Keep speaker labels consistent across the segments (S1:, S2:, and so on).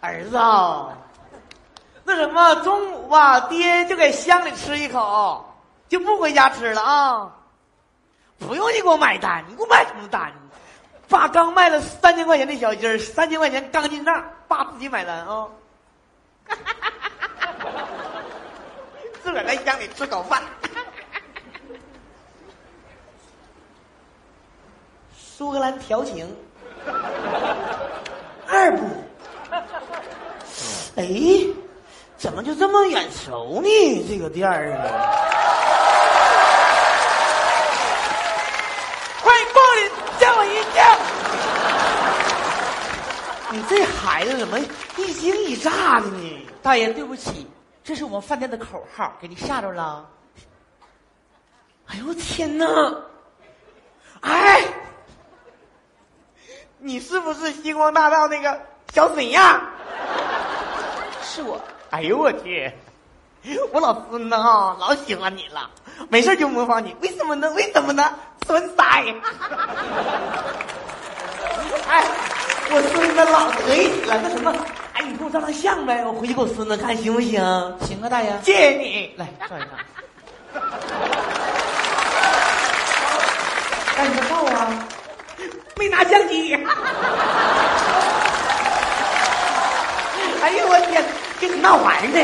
S1: 儿子啊，那什么，中午吧，爹就给乡里吃一口，就不回家吃了啊。不用你给我买单，你给我买什么单？爸刚卖了三千块钱的小鸡儿，三千块钱刚进账，爸自己买单啊、 自个儿在乡里吃口饭。苏格兰调情，二部。哎，怎么就这么眼熟呢？这个店儿啊！快报警，吓我一跳！你这孩子怎么一惊一乍的呢？
S2: 大爷，对不起，这是我们饭店的口号，给你吓着了。
S1: 哎呦我天哪！哎，你是不是星光大道那个小沈阳？
S2: 是我，
S1: 哎呦我去！我老孙子啊，老喜欢你了，没事就模仿你，为什么呢？为什么呢？孙塞！ 哎，我孙子老得意了，那什么，哎，你给我照张相呗，我回去给我孙子看行不行？
S2: 行啊，大爷，
S1: 谢谢你，
S2: 来照一张。 哎，你照啊！
S1: 没拿相机。哎呦我天，跟你闹玩呢！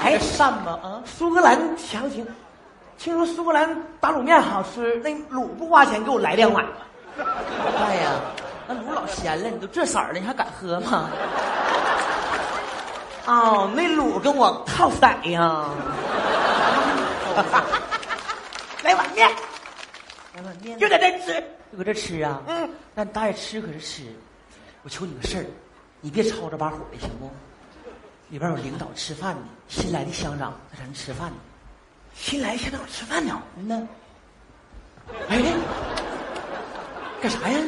S1: 哎
S2: 哎，，善吗？啊，
S1: 苏格兰调情，听说苏格兰打卤面好吃，那卤不花钱，给我来两碗。
S2: 大爷，那卤老咸了，你都这色儿了，你还敢喝吗？
S1: 哦，那卤跟我靠色呀！ 来碗面，
S2: 来碗面，
S1: 就在这吃。
S2: 就搁这吃啊。
S1: 嗯，
S2: 那你大爷吃可是吃，我求你个事儿，你别吵着把火的行不？里边有领导吃饭呢，新来的乡长在咱这吃饭呢。
S1: 新来先让我吃饭呢。
S2: 嗯呢，哎，干啥呀？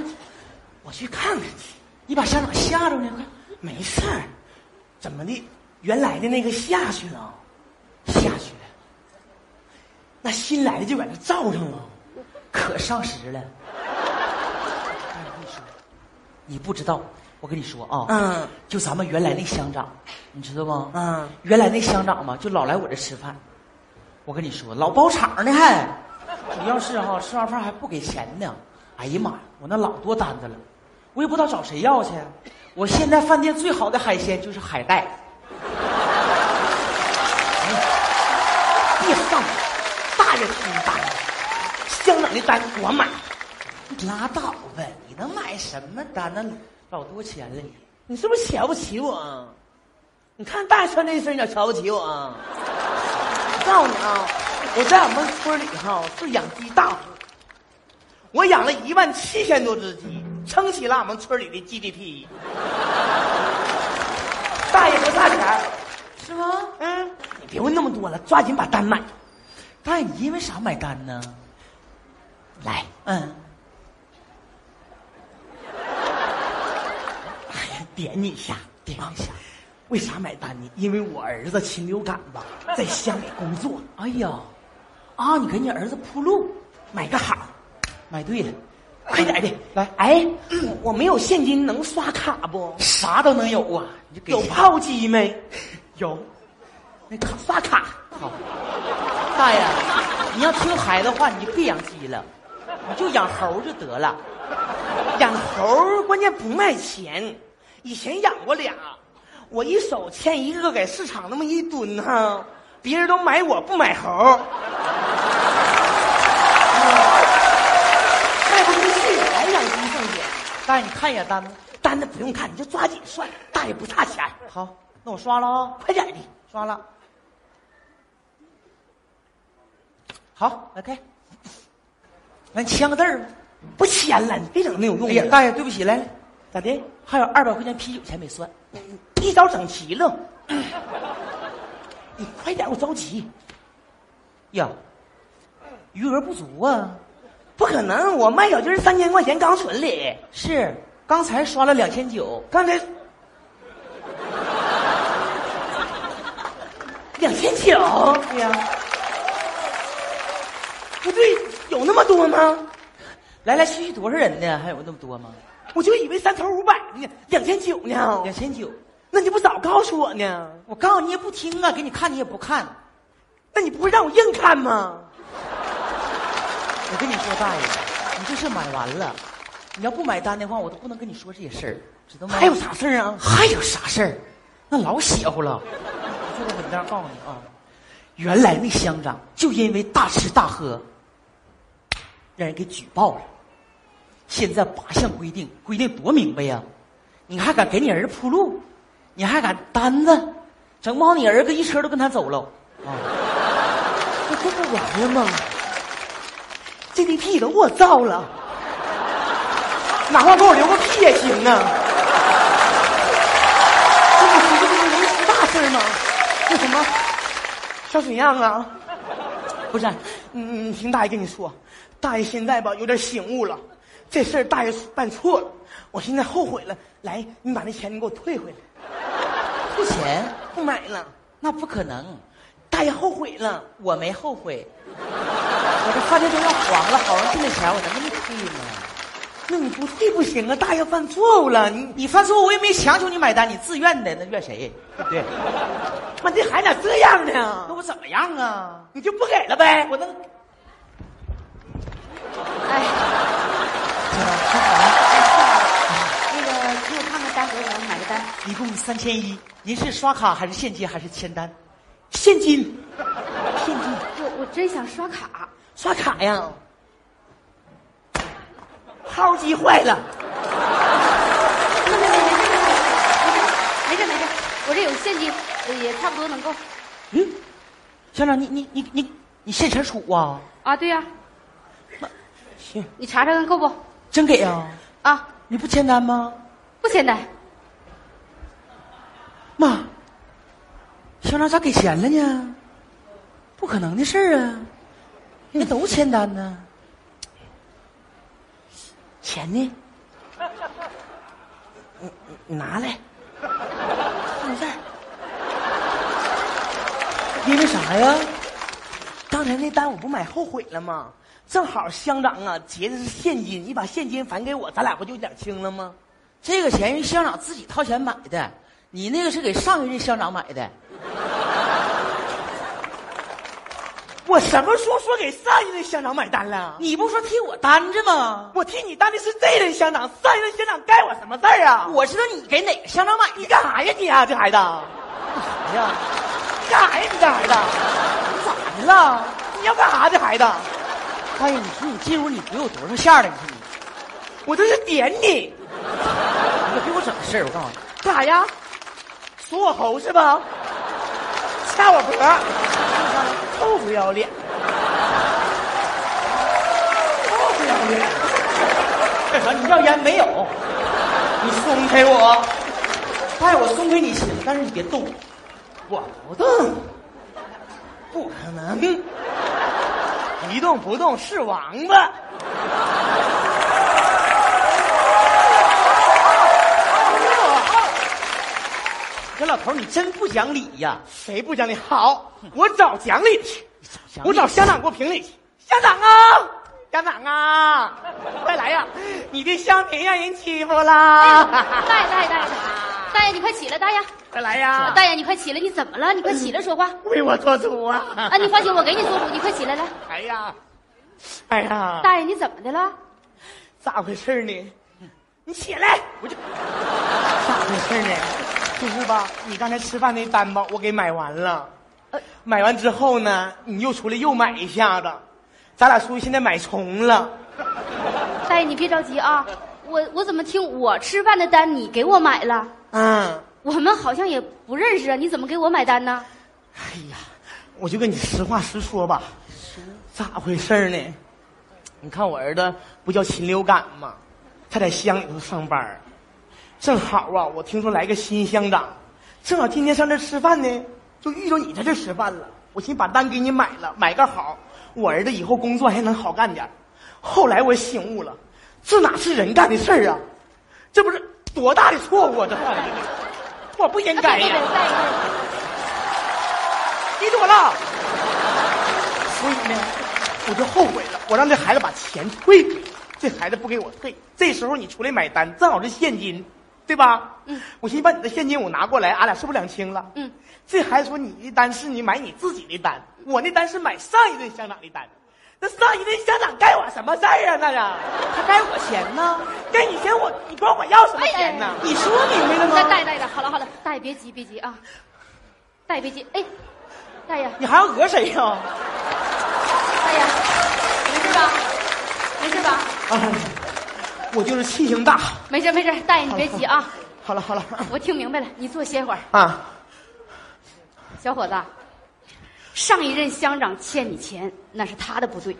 S1: 我去看看去。
S2: 你把乡长吓着呢，快！
S1: 没事儿，怎么的？原来的那个下去了，
S2: 下去了，
S1: 那新来的就在这罩上了。
S2: 可上时
S1: 哎
S2: 了。大爷，我跟你说，你不知道，我跟你说啊，
S1: 嗯，
S2: 就咱们原来那乡长，你知道吗？
S1: 嗯，
S2: 原来那乡长嘛，就老来我这吃饭。我跟你说，老包场呢还，主要是哈、吃完饭还不给钱呢。哎呀妈呀，我那老多单子了，我也不知道找谁要去。我现在饭店最好的海鲜就是海带。哎
S1: 别上，大人出单，乡长的单我买。
S2: 你拉倒吧，你能买什么单？那老多钱了你。
S1: 你是不是瞧不起我？啊？你看大爷穿这身，你咋瞧不起我？啊？我告诉你啊，我在俺们村里哈是养鸡大户，我养了一万七千多只鸡，撑起了俺们村里的 GDP。大爷不差钱儿，
S2: 是吗？
S1: 嗯，你别问那么多了，抓紧把单买。
S2: 大爷，你因为啥买单呢？
S1: 来，
S2: 嗯，
S1: 点你一下，啊
S2: 点一下。
S1: 为啥买单呢？因为我儿子禽流感 吧，在乡里工作，
S2: 哎呀，啊，你给你儿子铺路，
S1: 买个好。
S2: 买对了，
S1: 快点的，
S2: 来
S1: 哎，我没有现金，能刷卡不？
S2: 啥都能有啊。你就给
S1: 有
S2: 钱
S1: 炮击没？
S2: 有，
S1: 那卡刷卡，
S2: 好。大爷，你要听孩子话，你就别养鸡了，你就养猴就得了。
S1: 养猴儿关键不卖钱，以前养过俩，我一手牵一个给市场那么一蹲哈、别人都买我不买猴儿，卖不出去，还养鸡挣钱，
S2: 大爷，你看一眼单子。
S1: 单子不用看，你就抓紧算，大爷不差钱儿，
S2: 好，那我刷了啊、
S1: 快点的，
S2: 刷了。好，OK。来签个字儿吧。
S1: 不签了，你别整那有用的。
S2: 哎呀，大爷，对不起，来来，
S1: 咋的？
S2: 还有二百块钱啤酒钱没算。
S1: 一早整齐了。你快点，我着急。
S2: 呀，余额不足啊。
S1: 不可能，我卖小鸡三千块钱刚存里，
S2: 是，刚才刷了两千九，
S1: 刚才 两千九。对哎呀、不对，有那么多吗？
S2: 来来去去多少人呢？还有那么多吗？
S1: 我就以为三头五百呢，两千九呢。
S2: 两千九，
S1: 那你不早告诉我呢？
S2: 我告诉你也不听啊，给你看你也不看。
S1: 那你不会让我硬看吗？
S2: 我跟你说，大爷，你这是买完了，你要不买单的话，我都不能跟你说这些事儿，知道吗？
S1: 还有啥事儿啊？
S2: 还有啥事儿？那老邪乎了。我做个文章告诉你啊，原来那乡长就因为大吃大喝，让人给举报了。现在八项规定，规定多明白呀、你还敢给你儿子铺路，你还敢单子，整不好你儿子一车都跟他走了。啊，
S1: 这这不完了吗？GDP 都给我造了，哪怕给我留个屁也行啊！这不是这不是能出大事儿吗？那什么，小沈阳啊，不是，你你听大爷跟你说，大爷现在吧有点醒悟了，这事儿大爷办错了，我现在后悔了。来，你把那钱你给我退回来，
S2: 付钱
S1: 不买了。
S2: 那不可能，
S1: 大爷后悔了。
S2: 我没后悔。我这饭店都要黄了，好容易进的钱，我能给你退吗？
S1: 那你不退不行啊！大爷犯错误了，你
S2: 你犯错，我也没强求你买单，你自愿的，那怨谁？对不对？
S1: 妈这孩子咋这样
S2: 那
S1: 呢？
S2: 我怎么样啊？
S1: 你就不给了呗？
S2: 我能。
S3: 哎，
S2: 好
S3: 那个给我看看单子，我买个单。
S2: 一共三千一，您是刷卡还是现金还是签单？
S1: 现金，现金
S3: 我我真想刷卡，
S1: 刷卡呀。号机坏了，
S3: 没没没没没事没事没事，我这有现金，呃也差不多能够。
S2: 嗯，乡长，你你你你你现钱处啊？
S3: 啊，对呀、
S1: 行，
S3: 你查查看够不？
S2: 真给啊？
S3: 啊，
S2: 你不签单吗？
S3: 不签单，
S2: 妈，乡长咋给钱了呢？不可能的事儿啊！那都签单呢。
S1: 钱呢？你拿来，放这儿。
S2: 因为啥呀？
S1: 刚才那单我不买后悔了吗？正好乡长啊结的是现金，你把现金返给我，咱俩不就两清了吗？
S2: 这个钱是乡长自己掏钱买的，你那个是给上一任乡长买的。
S1: 我什么时候说给上一任乡长买单了？
S2: 你不说替我担着吗？
S1: 我替你担的是这任乡长，上一任乡长该我什么事儿啊？
S2: 我知道你给哪个乡长买
S1: 你
S2: 的
S1: 干啥呀你啊，这孩子？
S2: 哎呀？
S1: 你干啥呀你这孩子？
S2: 咋的了？
S1: 你要干啥这孩子？
S2: 哎呀，你说你进屋你得有多少下了？你说你，
S1: 我这是点你，
S2: 你可给我整事儿！啊我告诉你，
S1: 干啥呀？锁我喉是吧？掐我脖，臭不要脸！臭不要脸！
S2: 干啥？你要烟没有？
S1: 你松开我！
S2: 哎，我松开你行，但是你别动。
S1: 我不动，不可能，一动不动是王八。
S2: 这老头儿你真不讲理呀！
S1: 谁不讲理？好，我找讲理去，
S2: 讲理
S1: 我找乡长给我评理去。乡长啊，乡长啊，快来呀！你的乡民让人欺负啦！
S3: 大爷大爷大爷，大爷你快起来，大爷，
S1: 快来呀！
S3: 大爷你快起来，你怎么了？你快起来说话
S1: 为我做主啊！
S3: 啊！你放心，我给你做主，你快起来来。
S1: 哎呀，哎呀，
S3: 大爷你怎么的了？
S1: 咋回事呢？你起来，我就咋回事呢？ 就是吧，你刚才吃饭那单吧，我给买完了。
S3: 呃
S1: 买完之后呢，你又出来又买一下子，咱俩出去现在买重了。
S3: 大爷你别着急啊，我我怎么听我吃饭的单你给我买了？
S1: 嗯，
S3: 我们好像也不认识啊，你怎么给我买单呢？
S1: 哎呀，我就跟你实话实说吧，咋回事儿呢？你看我儿子不叫禽流感吗？他在乡里头上班儿，正好啊，我听说来个新乡长，正好今天上这吃饭呢，就遇着你在这吃饭了。我寻思把单给你买了，买个好，我儿子以后工作还能好干点儿。后来我醒悟了，这哪是人干的事儿啊？这不是多大的错误啊！这犯的，我不应
S3: 啊，
S1: 该
S3: 对
S1: 呀、
S3: 对对，大爷。
S1: 你躲了。所以呢，我就后悔了，我让这孩子把钱退给我，这孩子不给我退。这时候你出来买单，正好是现金，对吧？
S3: 嗯，
S1: 我寻思把你的现金我拿过来，俺俩是不是两清了？
S3: 嗯，
S1: 这孩子说你的单是你买你自己的单，我那单是买上一任乡长的单。那上一任乡长该我什么事儿啊？那是，他该我钱呢？该你钱我，你管我要什么钱呢？
S3: 哎哎
S2: 你说明白了
S3: 大大
S2: 吗？
S3: 爷大爷，好了好了，大爷别急别急啊，大爷别急，哎，大爷
S2: 你还要讹谁呀、
S3: 大爷，没事吧？没事吧？
S1: 啊，我就是气性大。
S3: 没事没事，大爷你别急啊，
S1: 好了好了
S3: 我听明白了，你坐歇会儿。
S1: 啊，
S3: 小伙子，上一任乡长欠你钱，那是他的不对。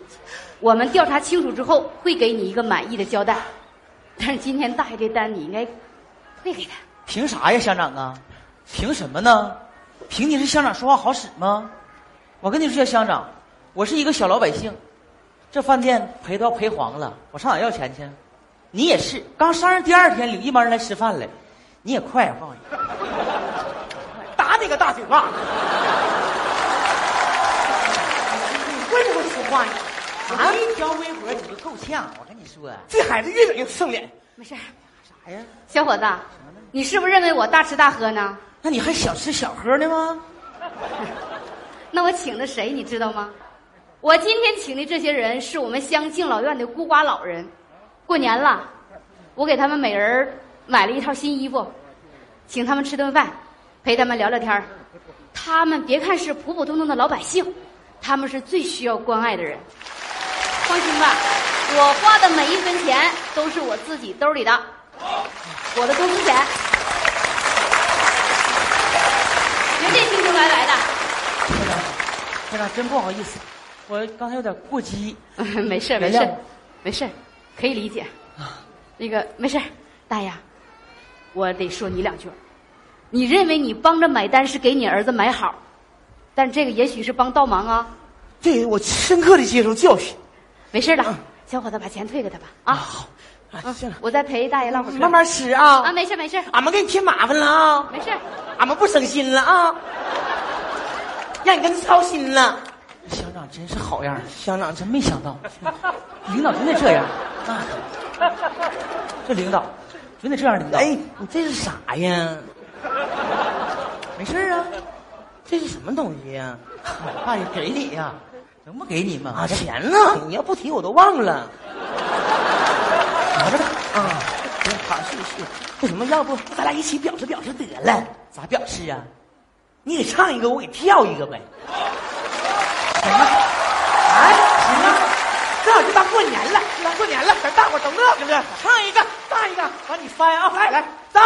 S3: 我们调查清楚之后，会给你一个满意的交代。但是今天大爷这单，你应该退给他。
S2: 凭啥呀，乡长啊？凭什么呢？凭你是乡长说话好使吗？我跟你说，乡长，我是一个小老百姓，这饭店赔都要赔黄了，我上哪要钱去？你也是，刚上任第二天领一帮人来吃饭来，你也快呀，放下
S1: 打你个大嘴巴！你会不会说话呀？啊
S2: 我！一条微博你就够呛，我跟你说，
S1: 这孩子越整越剩脸。
S3: 没事儿，
S2: 啥呀？
S3: 小伙子，你是不是认为我大吃大喝呢？
S2: 那你还小吃小喝呢吗？
S3: 那我请的谁你知道吗？我今天请的这些人是我们乡敬老院的孤寡老人。过年了，我给他们每人儿买了一套新衣服，请他们吃顿饭，陪他们聊聊天儿。他们别看是普普通通的老百姓，他们是最需要关爱的人。放心吧，我花的每一分钱都是我自己兜里的，我的工资钱，绝对清清白白的。
S2: 乡长，乡长真不好意思，我刚才有点过激。
S3: 没事儿没
S2: 原
S3: 事
S2: 谅
S3: 儿
S2: 我，
S3: 没事儿，可以理解。 那个没事儿，大爷，我得说你两句儿。你认为你帮着买单是给你儿子买好，但这个也许是帮倒忙啊。
S1: 这我深刻的接受教训。
S3: 没事儿了，小伙子，把钱退给他吧啊！
S1: 好，
S3: 嗯
S1: 行了，
S3: 我再陪大爷唠会儿嗑。
S1: 慢慢吃啊
S3: 啊，。没事儿没事儿
S1: 俺们给你添麻烦了啊，
S3: 没事儿。
S1: 俺们不省心了啊，让你跟着操心了。
S2: 乡长真是好样儿，
S1: 乡长
S2: 真没想到，领导真得这样，那可这领导准得这样领导。
S1: 哎，，你这是啥呀？没事儿啊，这是什么东西呀、
S2: 大爷给你呀、能不给你吗？
S1: 啊？钱呢？你要不提我都忘了。
S2: 拿着吧，
S1: 啊，行好是是，那什么，要不咱俩一起表示表示得了？
S2: 咋表示啊？
S1: 你给唱一个，我给跳一个呗。
S2: 行了，
S1: 哎，行啊，正好就当过年了，就当过年了，咱大伙儿都乐呵乐呵，唱一个，唱一个，完你翻啊，来来，走。